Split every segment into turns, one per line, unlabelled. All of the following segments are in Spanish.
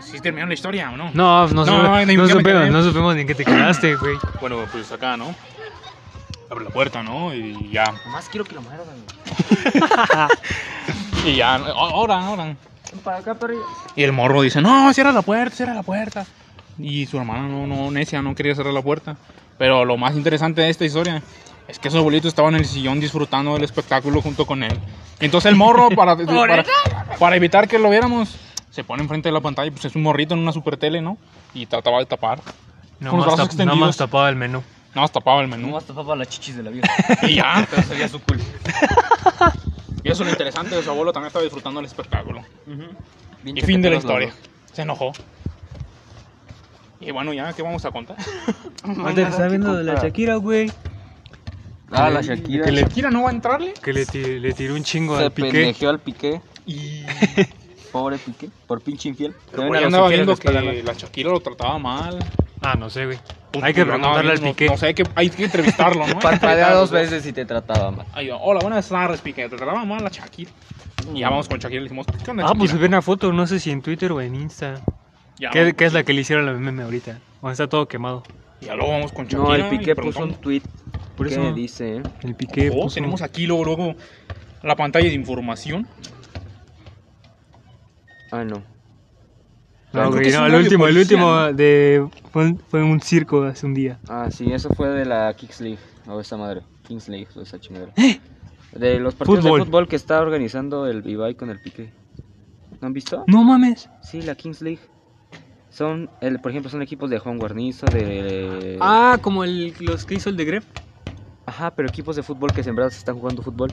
¿Sí terminó la historia o no?
No, no, supe-
no, ni
no
en qué me
supimos,
quedé.
no supimos ni en qué te quedaste, güey.
Bueno, pues acá, ¿no? Abre la puerta, ¿no? Y ya.
Más quiero que lo muerdan.
Y ya. Ahora, ahora.
Para acá, perrillo.
Y el morro dice, no, cierra la puerta, cierra la puerta. Y su hermana no, no, necia, no quería cerrar la puerta. Pero lo más interesante de esta historia es que su abuelito estaba en el sillón disfrutando del espectáculo junto con él. Entonces el morro, para, para, para evitar que lo viéramos, se pone enfrente de la pantalla, pues es un morrito en una super tele, ¿no? Y trataba de tapar. Con los
Nomás,
brazos
tap-
extendidos.
nomás tapaba el menú.
Nada más tapaba el
No
menú.
vas a tapar las chichis de la vieja.
Y ya.
Pero sería su culo.
Y eso es lo interesante, su abuelo también estaba disfrutando del espectáculo. Y
Pinche
fin de la
peteros los
historia. Se enojó. Y bueno, ya, ¿qué vamos a contar?
dos.
Ahorita que está viendo de la Shakira, güey.
Ah, la
Que
Shakira.
le tira, no va a entrarle.
Que le, ti- le tiró un chingo
Se
al piqué.
pendejeó al piqué.
Y
Pobre piqué. Por pinche infiel.
Pero
Deben
por
a
ahí
los
andaba
infieles
viendo que
despegarla.
la Shakira lo trataba mal.
Ah, no sé, güey.
Pues,
Hay que
lo andaba
preguntarle al
viendo,
piqué.
No sé, hay que, hay que entrevistarlo, ¿no? pues,
Parpadea dos veces y te trataba mal.
Ahí va, Hola, buenas tardes, Piqué. Te trataba mal la Shakira. Y ya vamos con Shakira y le dijimos, ¿qué onda,
Ah, pues
Shakira?
subí una foto, no sé si en Twitter o en Insta.
Ya,
¿Qué,
vamos-
qué es la que le hicieron a la meme ahorita? O está todo quemado.
Ya luego vamos con Shakira.
No, el
y
piqué puso
preguntamos,
un tweet.
Por
¿Qué
eso-
dice? eh?
El piqué.
"Oh,
puso-
tenemos aquí luego, luego la pantalla de información.
Ah, no.
No,
Ah,
Creo que
güey,
es
no,
un
el
audio
último, el
policial,
último
¿no?
de. Fue un, fue un circo hace un día.
Ah, sí, eso fue de la Kings League, o esa madre, Kings League, o esa chingadera. De los partidos
Fútbol.
de ¡Eh! fútbol que está organizando el Ibai con el Piqué. ¿No han visto?
No mames.
Sí, la Kings League. Son, el, por ejemplo, son equipos de Juan Guarnizo, de...
Ah, como el, los que hizo el de Gref.
Ajá, pero equipos de fútbol que sembrados están jugando fútbol.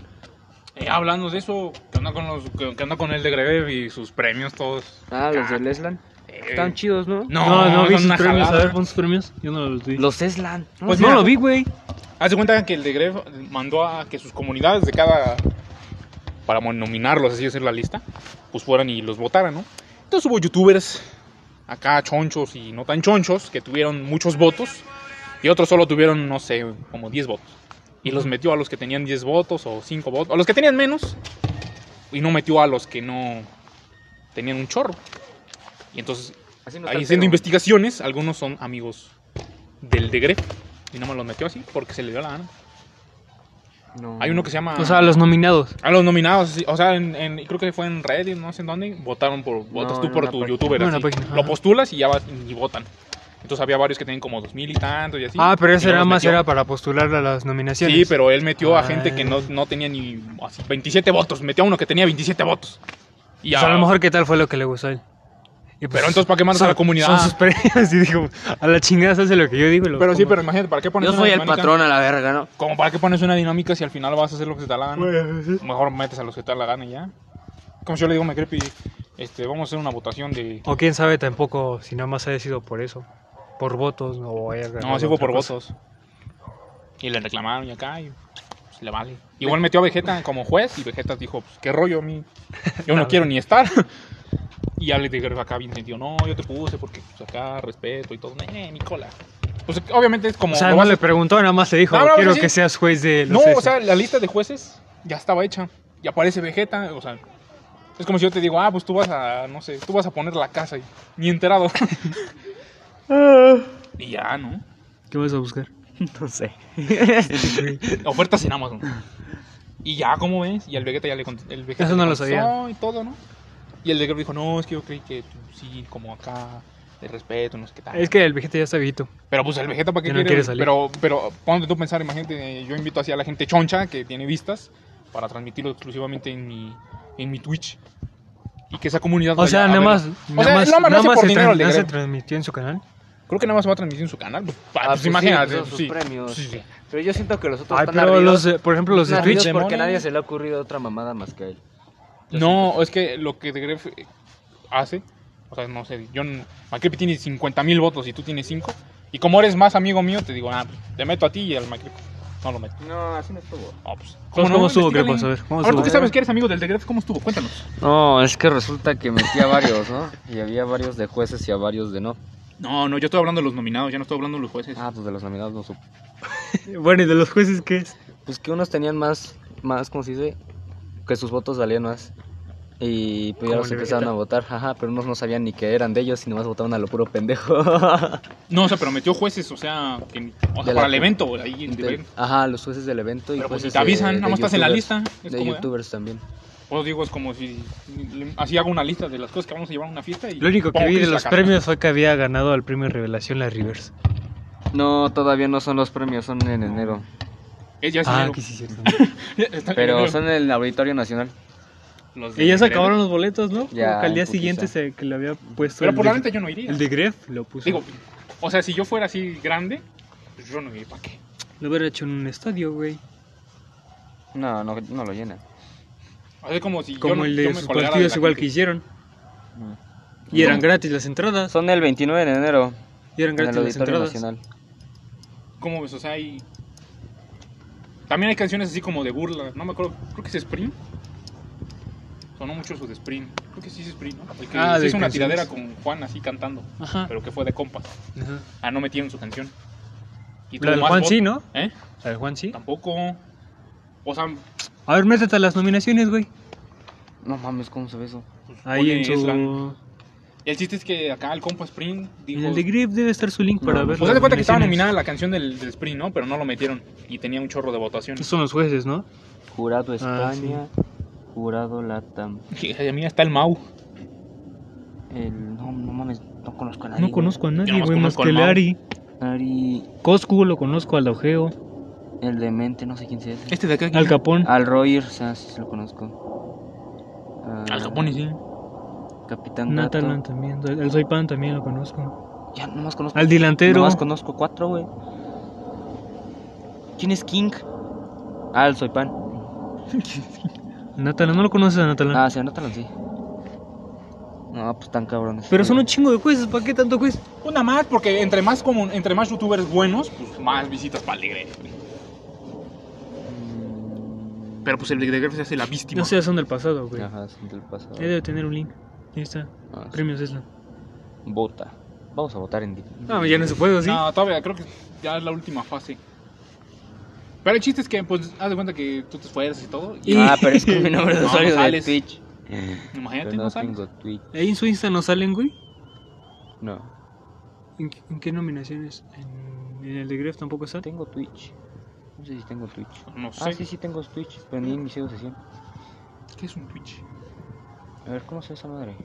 Eh, hablando de eso, ¿qué onda con, los, qué, qué onda con el de Grebev y sus premios todos?
Ah, los del Eslan.
Eh,
Están chidos, ¿no?
No,
No,
no,
no, vi
son
sus
una
premios. A
jalada.
ver, pon sus premios. Yo no los vi.
Los Eslan.
Pues
¿no?
Pues
no
mira.
lo vi, güey.
Haz de cuenta que el de Gref mandó a que sus comunidades de cada. para mon- nominarlos, así hacer la lista, pues fueran y los votaran, ¿no? Entonces hubo youtubers, acá chonchos y no tan chonchos, que tuvieron muchos votos, y otros solo tuvieron, no sé, como 10 votos. Y los metió a los que tenían 10 votos o 5 votos, a los que tenían menos, y no metió a los que no tenían un chorro. Y entonces
Así no está
Ahí
el
haciendo
pedo.
investigaciones, algunos son amigos del de Gref. Y no me los metió así porque se le dio la gana.
No.
Hay uno que se llama.
O sea, los nominados.
A los nominados, sí, o sea, en, en- creo que fue en Reddit, no sé en dónde, votaron por. Votas
No,
tú
en
por
una
tu
página.
youtuber.
No, en
así.
la página, ajá.
Lo postulas y ya vas y votan. Entonces había varios que tenían como dos mil y tanto y así.
ah, pero ese
y no
era
los
más
metió.
era para postular a las nominaciones.
Sí, pero él metió a gente que
Ah.
no, no tenía ni así, 27 votos. Metió a uno que tenía 27 votos. Y
O sea, Pues a lo mejor qué tal fue lo que le gustó a él. Y pues,
Pero entonces, ¿para qué mandas a
son-
la comunidad?
Son sus premios y dijo, a la chingada se hace lo que yo digo. y lo
Pero sí,
pongo.
pero imagínate, ¿para qué pones
Yo
una
soy el
dinámica?
patrón a la verga, ¿no?
Como para qué pones una dinámica si al final vas a hacer lo que se te da la gana.
Pues,
Mejor metes a los que te da la gana y ya. Como yo le digo a Macrepi, este, vamos a hacer una votación de.
O quién sabe tampoco si nada más haya sido por eso. Por votos o haya ganado
No, sí fue
otra
por
cosa.
votos. Y le reclamaron y acá, y pues, le vale. Igual metió a Vegeta como juez y Vegeta dijo: Pues qué rollo, mi. Yo no quiero ni estar. Y ya le dije acá bien sentido: No, yo te puse porque pues, acá respeto y todo. Eh, mi cola. Pues obviamente es como.
O sea,
lo
no
vas a-
le preguntó, nada más le dijo,
No, no,
quiero
sí.
que seas juez de los
No, o
esos".
sea, la lista de jueces ya estaba hecha. Y aparece Vegeta, o sea, es como si yo te digo, ah, pues tú vas a, no sé, tú vas a poner la casa y ni enterado. y ya, ¿no?
¿Qué vas a buscar?
No sé.
Ofertas en Amazon. Y ya, ¿cómo ves? Y el Vegeta ya le contestó. El Vegeta
Eso no
le
lo sabía.
contestó Y todo, ¿no? Y el de Gref dijo, no, es que yo creí que tú sí, como acá, de respeto, no sé qué tal.
Es que el vejete ya está viejito.
Pero pues el Vegeta para qué
Que no quiere salir.
Pero, pero ponte tú a pensar, imagínate, yo invito así a la gente choncha que tiene vistas para transmitirlo exclusivamente en mi, en mi Twitch. Y que esa comunidad
O
vaya
sea,
a
nada
verlo.
más,
O sea,
nada más,
nada más lo
nada
hace
más
por
se,
dinero
tran-
el de
nada se
Gref.
transmitió en su canal.
Creo que nada más se va a transmitir en su canal. Pues, pa-
Ah,
pues
pues sí,
imagínate.
esos sus
sí.
premios.
Sí, sí.
Pero yo siento que los otros
Ay,
están
pero
ardidos.
los, de- por ejemplo, los de
Están
Twitch.
ardidos porque
demonios.
nadie se le ha ocurrido otra mamada más que a él.
No, es que lo que de Gref eh, hace, o sea, no sé, yo, Macrepi tiene 50 mil votos y tú tienes 5. Y como eres más amigo mío, te digo, ah, pues, te meto a ti y al Macrepi. No lo meto.
No, así no estuvo.
Ah, pues,
¿Cómo, cómo estuvo,
Investígale.
Grefos? A ver, ¿cómo
A ver, tú
estuvo?
que sabes que eres amigo del de Gref, ¿cómo estuvo? Cuéntanos.
No, es que resulta que metí a varios, ¿no? Y había varios de jueces y a varios de no.
No, no, yo estoy hablando de los nominados, ya no estoy hablando de los jueces.
Ah, pues de los nominados no supe.
Bueno, ¿y de los jueces qué es?
Pues que unos tenían más, más, ¿cómo se dice? Que sus votos valían más. Y pues ya
Como
los
el de
empezaron
Vegeta.
a votar, jaja, pero unos no sabían ni que eran de ellos y nomás votaron a lo puro pendejo.
No, o sea, pero metió jueces, o sea, que- o sea,
De la-
para el evento, güey, ahí en
Del- ajá, los jueces del evento y
Pero pues si
jueces
te
de-
avisan,
de
nada más estás en la
youtubers.
lista. Es
De
como,
youtubers también.
Pues digo, es como si así hago una lista de las cosas que vamos a llevar a una fiesta y.
Lo único que
pongo
vi de
Chris
los
Lacan.
premios fue que había ganado el premio Revelación la Rivers.
No, todavía no son los premios, son en enero.
Eh, ya es
Ah,
enero.
que sí, cierto.
Ya está en
Pero
enero.
son en el Auditorio Nacional.
Los de
Y ya se
Grecia.
acabaron los boletos, ¿no?
Ya,
Como que al día
en putiza.
siguiente se, que le había puesto.
Pero
el
por la
de-
neta yo no iría.
El de Gref lo puso.
Digo, o sea, si yo fuera así grande, pues yo no iría. ¿Para qué?
lo hubiera hecho en un estadio, güey.
No, no, no lo llena.
O sea, es como si yo
Como
no-
el
yo
de
me
sus
colgara de
partidos
la
igual que
gente.
hicieron.
Mm.
Y eran
No.
gratis las entradas.
Son el 29 de enero
Y eran
en el
gratis las
Auditorio
entradas.
Nacional.
¿Cómo ves? O sea, hay. También hay canciones así como de burla. No me acuerdo. Creo que es Spring. Sonó mucho eso de Spring. Creo que sí es Spring, ¿no? El que
Ah,
se
de
hizo una
canciones.
tiradera con Juan así cantando.
Ajá.
Pero que fue de compas.
Ajá.
Ah, no metieron su canción. Y
La de
tuvo más
Juan
votos.
sí, ¿no?
¿Eh?
La de Juan sí.
Tampoco. O sea,
A ver, métete a las nominaciones, güey.
No mames, ¿cómo se ve eso?
pues,
Ahí
pone
en
Ezra.
su.
El chiste es que acá el compa Spring dijo.
En el de Gref debe estar su link para
No,
ver.
Pues haz
las
de cuenta que estaba nominada
nominaciones.
la canción del, del Spring, ¿no? Pero no lo metieron. Y tenía un chorro de votaciones.
Son los jueces, ¿no?
Jurado
Ah,
España, jurado Latam.
A mí está el Mau.
El... No, no mames, no conozco a nadie.
No
güey.
conozco a
Yo
nadie,
nomás
güey, más
conozco al
que
Mau.
Lari.
Ari,
Coscu lo conozco, al Ojeo,
el demente, no sé quién sea. ese.
Este de acá.
al Capón.
Al Royer, o sea, sí lo conozco. Ah,
Al Capone, sí.
Capitán Gato.
Natalan también, al al Soy Pan también lo conozco.
Ya, nomás conozco.
Al delantero,
Nomás conozco cuatro, güey. ¿Quién es King? Ah, el Soypan.
Natalan, no lo conoces a Natalan.
Ah, se anotan sí. No, pues tan cabrones.
Pero son un chingo de jueces, ¿para qué tanto juez?
Una más, porque entre más como, entre más youtubers buenos, pues más visitas para el de Gref, güey.
Mm,
Pero pues el de Gref se hace la víctima.
No sé, son del pasado, güey.
Ajá, son del pasado.
He de tener un link. Ahí está,
Ah, sí.
premios Esla.
Vota. Vamos a votar en.
No, ya no se puede, ¿sí?
No, todavía creo que ya es la última fase. Pero el chiste es que, pues, haz de cuenta que tú te esfuerzas y todo. Y
Ah, pero es que mi nombre de
No,
usuario
no
de
sales.
Twitch.
imagínate,
Pero
no
no
sales.
tengo Twitch.
Ahí en su Insta no salen, güey.
No,
¿En, qué- en qué nominaciones? En, en el de Gref tampoco está.
tengo Twitch. No sé si tengo Twitch.
No sé.
Ah, sí, sí tengo Twitch. Pero ni en mi sesión.
¿Qué es un Twitch?
A ver, ¿cómo se ve esa madre?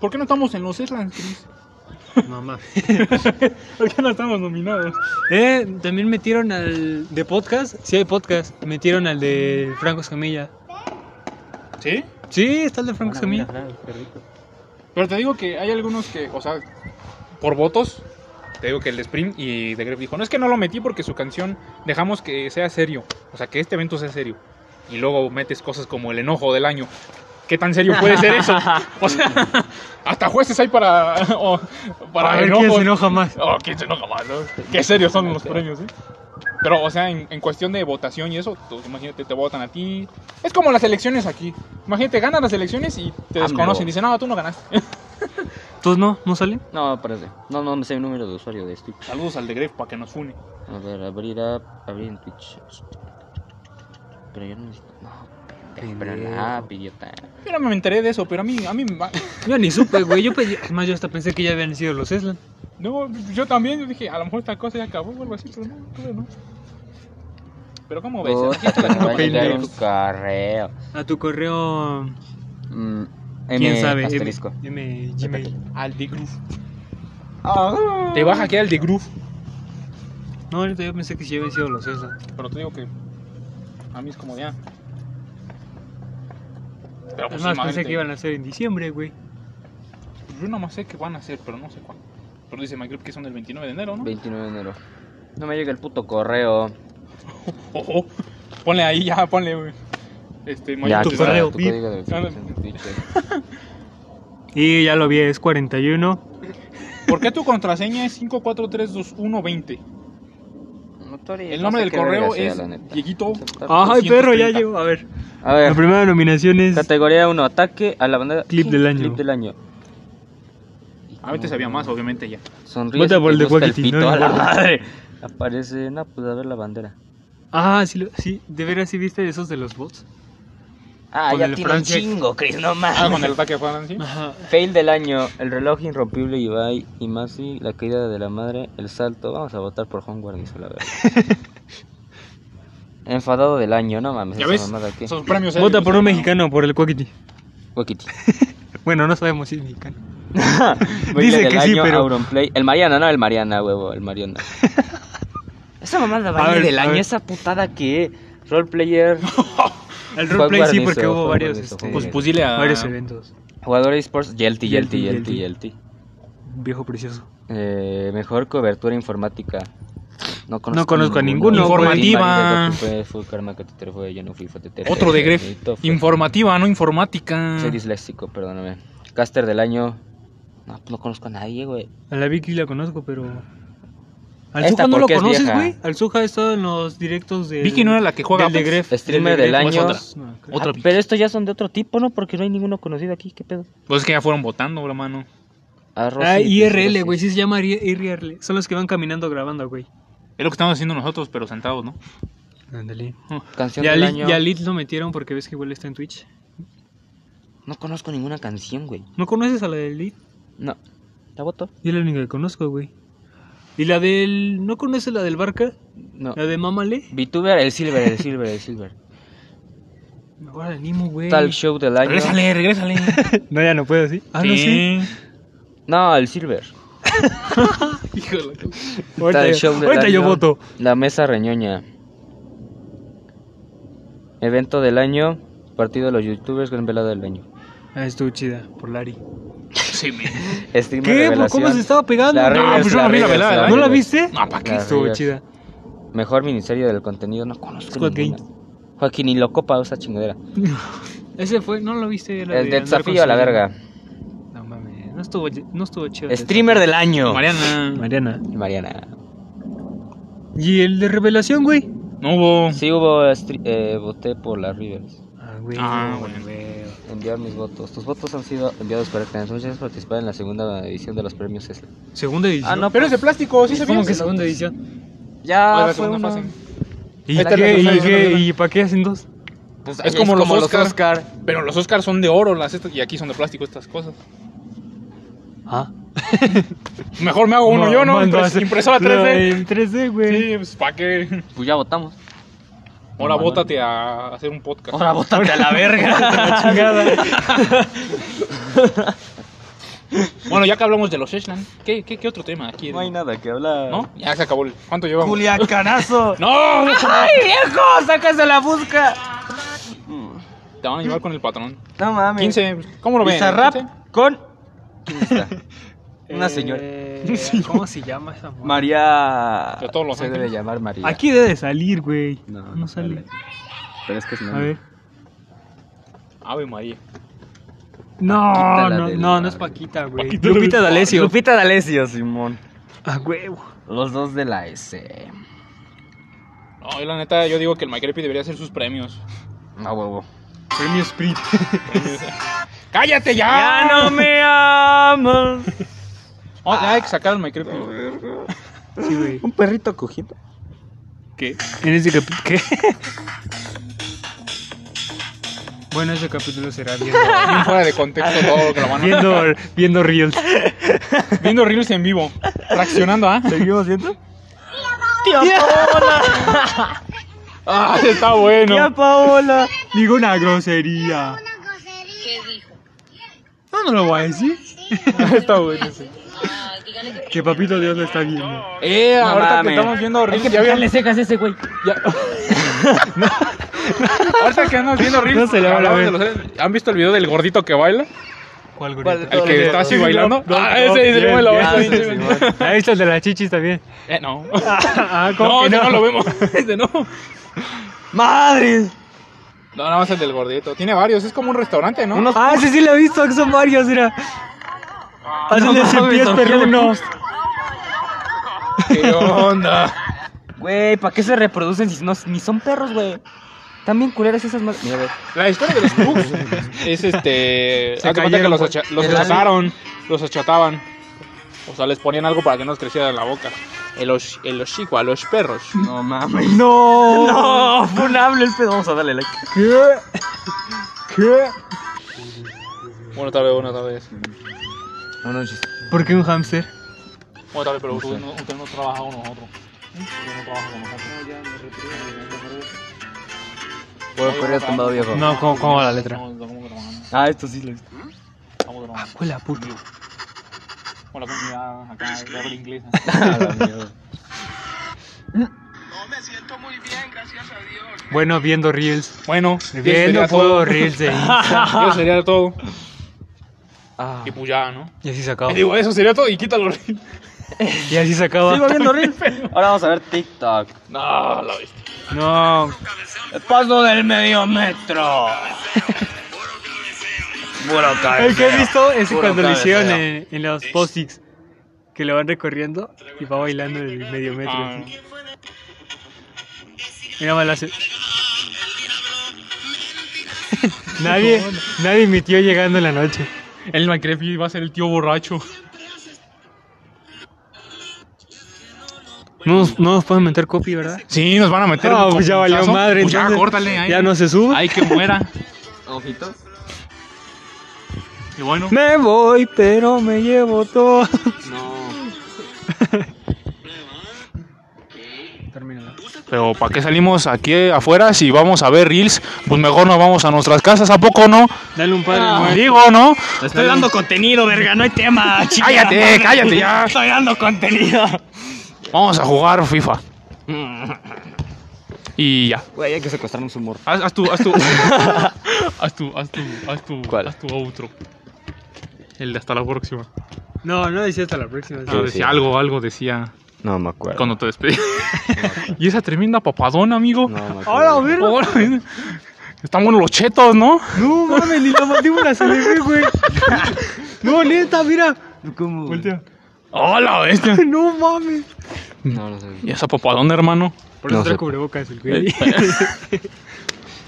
¿Por qué no estamos en los Erlands, Chris?
Mamá.
¿Por qué no estamos nominados?
Eh, también metieron al de podcast. Sí hay podcast. Metieron al de Franco Escamilla.
¿Sí?
Sí, está el de Franco
Hola,
Escamilla.
mira, claro, qué rico.
Pero te digo que hay algunos que, o sea, por votos, te digo que el de Spring y de Gref dijo, no es que no lo metí porque su canción dejamos que sea serio, o sea, que este evento sea serio. Y luego metes cosas como el enojo del año. ¿Qué tan serio puede ser eso? O sea, hasta jueces hay para, o- para
A ver
enojos.
quién se enoja más.
Oh, quién se enoja más, ¿no? Qué serios son los premios, ¿eh? Pero, o sea, en, en cuestión de votación y eso, tú, imagínate, te votan a ti. Es como las elecciones aquí. Imagínate, ganan las elecciones y te
Ah,
AMLO.
desconocen. Dicen, no, tú no ganaste.
Entonces no, no salen.
No, espérate. No, no me sé el número de usuario de Twitch.
Saludos al de Gref para que nos une.
A ver, abrir app, abrir en Twitch. Pero yo no necesito. No, pendejo, pero en la app, idiota.
Yo no me enteré de eso, pero a mí, a mí me va-
Yo ni supe, güey. Yo pe- además yo hasta pensé que ya habían sido los Eslan.
No, yo también dije, a lo mejor esta cosa ya acabó o algo así, pero no, creo que no. Pero ¿cómo ves?
Oh.
Aquí está la
Me va a
chamba para
Pendejo.
llegar
llegar.
un correo.
A tu correo,
Mm,
quién
M
sabe.
Asterisco.
M, M- Gmail.
al de Groove.
Ah.
Te vas aquí al de Groove.
No, ahorita yo pensé que sí habían sido los Eslan.
Pero te digo que a mí es como ya. Pero pues
Además pensé
imagínate,
que iban a ser en diciembre, güey.
Yo nomás sé que van a hacer, pero no sé cuándo. Pero dice MyGroup que son el 29 de enero, ¿no?
29 de enero. No me llega el puto correo.
Ojo. Ponle ahí ya, ponle. güey. Este,
Ya,
MyGroup
aquí
tu
está.
está,
correo,
tu
pip.
código de verificación de Twitch.
Y ya lo vi, es 41.
¿Por qué tu contraseña es 543220?
Notorious,
El
no
nombre
sé
del
qué verga
correo
sea,
es
la neta.
Dieguito.
Ay,
230.
perro, ya llegó. A ver,
A
la
ver,
primera nominación es.
categoría 1, ataque a la bandera.
Clip del año.
Clip del año.
A veces Ah, sabía más, obviamente ya.
Sonríe.
Vota
si
por
te
el de
gusta
Wackity,
pito,
no
a
el
la
gordo.
madre. Aparece, no, pues a ver la bandera.
Ah, sí, lo- sí, de veras sí viste esos de los bots.
Ah,
Con
ya
el
tiene
Francia.
un chingo, Chris, no
Ah, con el
mames.
ataque a Francia.
Ajá.
Fail del año, el reloj irrompible Ibai y Masi, la caída de la madre, el salto. Vamos a votar por Juan Guarnizo, la verdad. Enfadado del año, no mames.
¿Ya
esa
ves?
mamada, ¿qué?
Son premios.
Vota
serios,
por un
hermano.
mexicano, por el Cuaquiti.
Wakiti.
Bueno, no sabemos si es mexicano.
Baile
Dice
del
que sí,
año,
pero-
Auronplay. El Mariana, no, el Mariana, huevo, el Mariana. esa mamada
A
baile
ver,
del
a
año,
ver.
esa putada que roleplayer,
El
Fue
roleplay sí,
Guarnizo,
porque hubo
fue
varios,
Guarnizo,
este,
fue
Pues pusile a.
varios eventos.
jugador de esports, Yelty, Yelty,
Yelty,
Yelty, Yelty.
Viejo precioso.
Eh, mejor cobertura informática. No
No conozco a ninguno,
Informativa.
Fue, Team Valiente, fue Karma, Catetero, fue yo no fui, fue Tetero,
Otro
fue
de Gref.
Benito, fue-
Informativa, no informática.
Ah.
Soy disléxico, perdóname. Caster del año. No, pues no conozco a nadie, güey.
A la Vicky la conozco, pero. Al
Esta
Suja no lo
porque es
conoces,
vieja.
güey. Al Suja ha estado en los directos de.
Vicky no era la que juega
Del de
Apex.
Gref.
Streamer
Del de
del
Gref,
año.
otra.
No, creo.
Otra
Ah,
pick.
pero estos ya son de otro tipo, ¿no? Porque no hay ninguno conocido aquí, ¿qué pedo?
Pues es que ya fueron votando, ahora, mano.
Ah, Rosy,
Ah,
pues,
IRL,
Rosy.
güey. Sí se llama IR- IRL. Son los que van caminando grabando, güey.
Es lo que estamos haciendo nosotros, pero sentados, ¿no?
Ándale.
Canción
Y a
del
Lit
año.
y a Lit lo metieron porque ves que igual está en Twitch.
No conozco ninguna canción, güey.
¿No conoces a la de Lit?
No. ¿La voto?
Yo es la única que conozco, güey. ¿Y la del. ¿No conoces la del Barca?
No.
¿La de Mamale?
VTuber, el Silver, el Silver, el Silver.
Mejor la animo, güey.
Talk Show del año.
Regrésale, regrésale.
No, ya no puedo, ¿sí? Ah, no, sí.
No, el Silver.
Híjole.
Ahorita,
Tal
yo-
show del
ahorita yo
año.
voto.
La mesa reñoña. Evento del año. Partido de los youtubers. Gran velada del año.
Ah, estuvo chida, por Lari.
Sí, me...
Streamer
¿Qué? ¿Por
revelación.
¿Cómo se estaba pegando? Ah,
La
no,
regla-
Rivers,
pues yo no vi la
Rivers,
velada del año.
¿No la
Rivers.
viste?
No, ¿para qué?
La
Estuvo
Rivers.
chida.
Mejor ministerio del contenido. No conozco
Squad
ninguna. Joaquín y lo copa esa chingadera.
Ese fue, no lo viste. la
El
de
de
andar con
desafío a la
su-
verga.
No mames, no estuvo, no estuvo chido.
Streamer del año.
Mariana.
Mariana.
Mariana.
¿Y el de revelación, güey?
No hubo.
Sí hubo. stri- eh, voté por la Rivers.
Ah, güey.
Ah, bueno.
güey.
Enviar mis votos. Tus votos han sido enviados correctamente. Muchas gracias por participar en la segunda edición de los premios ESLE.
Segunda edición.
Ah, no,
Pero es de plástico, sí
¿Cómo
sabíamos.
que segunda edición?
Ah,
Ya
la
fue
segunda
una.
fase.
¿Y,
Ahí está la
qué,
segunda
y,
edición,
qué-
¿no?
y para qué hacen dos?
Pues,
Es
ahí
como los Oscar.
Oscar.
Pero los Oscars son de oro, las estas, y aquí son de plástico estas cosas.
Ah.
Mejor me hago uno yo, ¿no?
Mando a
Impres-
hacer-
impresora
lo
3D.
de 3D, güey.
Sí, pues ¿para qué?
Pues ya votamos.
Ahora
No, no.
bótate a hacer un podcast.
Ahora bótate a la verga.
Chingada.
Bueno, ya que hablamos de los Sheshland, ¿qué, qué, qué otro tema aquí?
no hay nada que hablar.
¿No? Ya se acabó. el- ¿Cuánto llevamos?
Juliacanazo.
¡No!
¡Ay, viejo! ¡Sácase la busca!
Te van a llevar con el patrón.
No mames.
15. ¿Cómo lo ven?
Bizarrap
15.
con. ¿Quién está? Una señora.
Eh, ¿Cómo se llama esa mujer?
María.
Pero todos los
Se
ángeles.
debe llamar María.
Aquí debe de salir, güey.
No,
No,
no
sale.
sale. Pero es que es
A ver.
Ave María.
No,
la
no,
del
no, no es
barrio.
Paquita, güey.
Paquita
Lupita
del
D'Alessio.
Lupita D'Alessio, Simón.
A huevo.
Los dos de la S.
No, yo la neta, yo digo que el MyCreepy debería hacer sus premios.
A huevo.
Premio Sprint.
¡Cállate ya!
me amas.
Oh, ya hay que sacar al MyCreepy. güey.
Sí, güey.
Un perrito cogiendo.
¿Qué?
En ese capítulo. ¿Qué? Bueno, ese capítulo será viendo,
Bien fuera de contexto todo lo que lo van a
viendo, viendo Reels.
Viendo Reels en vivo. Reaccionando, ¿ah?
¿Seguimos viendo?
¡Tía Paola! ¡Ah, está bueno!
Paola!
Digo una grosería.
¿Qué dijo?
No, no lo voy a decir.
Está bueno. ese.
Ah, dígale que
Que papito Dios lo está viendo.
Eh,
No
ahorita
mames.
que estamos viendo Reels. ya vieron-
Dale cejas a ese güey.
ahorita que andamos viendo Reels.
No se le va a
hablamos
ver.
de los Reels. ¿Han visto el video del gordito que baila?
¿Cuál
El que está así bailando.
no,
ah,
no,
ese, ese,
bien,
güey, lo
bien,
vemos.
ese, Ahí está el de las chichis también.
Eh, no.
Ah,
No,
que
ese no lo vemos. Ese no.
¡Madre!
No, nada más el del gordito. Tiene varios. Es como un restaurante, ¿no?
Ah, ese sí lo he visto, que son varios, mira. Hacen de cien pies perrunos.
¿Qué onda?
Güey, ¿para qué se reproducen si no, ni son perros, güey? También culeras esas más. Mira, güey.
La historia de los pugs es este.
Se
haz de cuenta
cayeron,
que los,
güey.
acha- los
El ale.
achazaron, los achataban. O sea, les ponían algo para que no les creciera en la boca. El, osh, el oshigua, los perros.
No mames.
No.
No, funable el pedo. Vamos a darle like.
¿Qué? ¿Qué?
Bueno, tal vez, bueno, tal vez.
Buenas noches.
¿Por qué un hámster?
Bueno, tal vez, pero usted no, usted no trabaja con nosotros. Usted no trabaja con nosotros.
Puedo correr tumbado viejo.
No, ¿cómo, cómo va la letra?
No, estamos trabajando.
Ah, esto sí lo he visto.
Estamos trabajando.
Escuela puto.
Con la comunidad acá de habla inglesa.
Ah, la mierda.
Bueno, viendo Reels.
Bueno,
Viendo puedo Reels de Insta.
Eso sería todo.
Ah.
Y pues ya, ¿no?
Y así se acaba.
Digo, eso sería todo y quítalo.
Y así se acaba.
Sigo viendo Reels. Ahora vamos a ver TikTok.
No, la bestia.
No.
El paso del medio metro. Puro
El que he
cabeceo.
visto es
Puro
cuando lo hicieron
cabeceo.
en, en los post-its. Que lo van recorriendo y va bailando el medio metro.
Ah.
así. Mira mal hace. nadie, nadie mi tío llegando en la noche.
El Minecraft iba a ser el tío borracho.
No, nos- no nos pueden meter copy, ¿verdad?
Sí, nos van a meter.
No,
un
pues ya valió
copuchazo.
madre.
Pues ya,
entonces,
córtale. Ahí,
Ya no se sube.
Ahí que muera.
Ojitos.
Y bueno.
Me voy, pero me llevo todo.
No.
Termínalo.
Pero ¿para qué salimos aquí afuera si vamos a ver reels? Pues mejor nos vamos a nuestras casas, ¿a poco no?
Dale un padre muerto.
Digo, ¿no?
Estoy dando
contenido, verga, no hay tema,
Cállate, cállate ya.
Estoy dando contenido.
Vamos a jugar FIFA. Mm. Y ya.
Güey, hay que secuestrarnos un morro.
Haz, haz tu, haz tu, haz tu, haz tu, haz tu,
¿Cuál?
haz tu outro. El de hasta la próxima.
No, no decía hasta la próxima.
Ah, decía algo, algo decía
No me acuerdo.
cuando te despedí. y esa tremenda papadona, amigo.
No me acuerdo.
Ahora, a ver.
Ahora, mira. Están buenos los chetos, ¿no?
No mames, ni la mandíbula se le ve, güey. No, neta, mira.
¿Cómo?
Voltea.
Hola, bestia.
No mames.
No, no sé.
Y esa papadona, hermano.
Por eso
No
trae
sé.
cubrebocas el
Eh,
güey.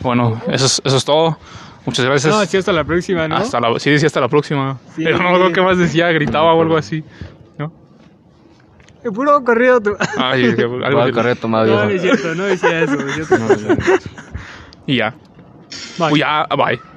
Bueno, eso es, eso es todo. Muchas gracias.
No, decía hasta la próxima, ¿no?
Hasta la, sí, decía hasta la próxima.
Sí.
Pero no creo que más decía, gritaba o algo así. ¿No?
El Eh, puro corrido. tú.
Ay, es que algo
Voy
que-
a correr tumbado
No, no es
viejo.
cierto, no decía eso. no es cierto.
No, no, no.
Y ya.
Bye.
Uy, ya, bye.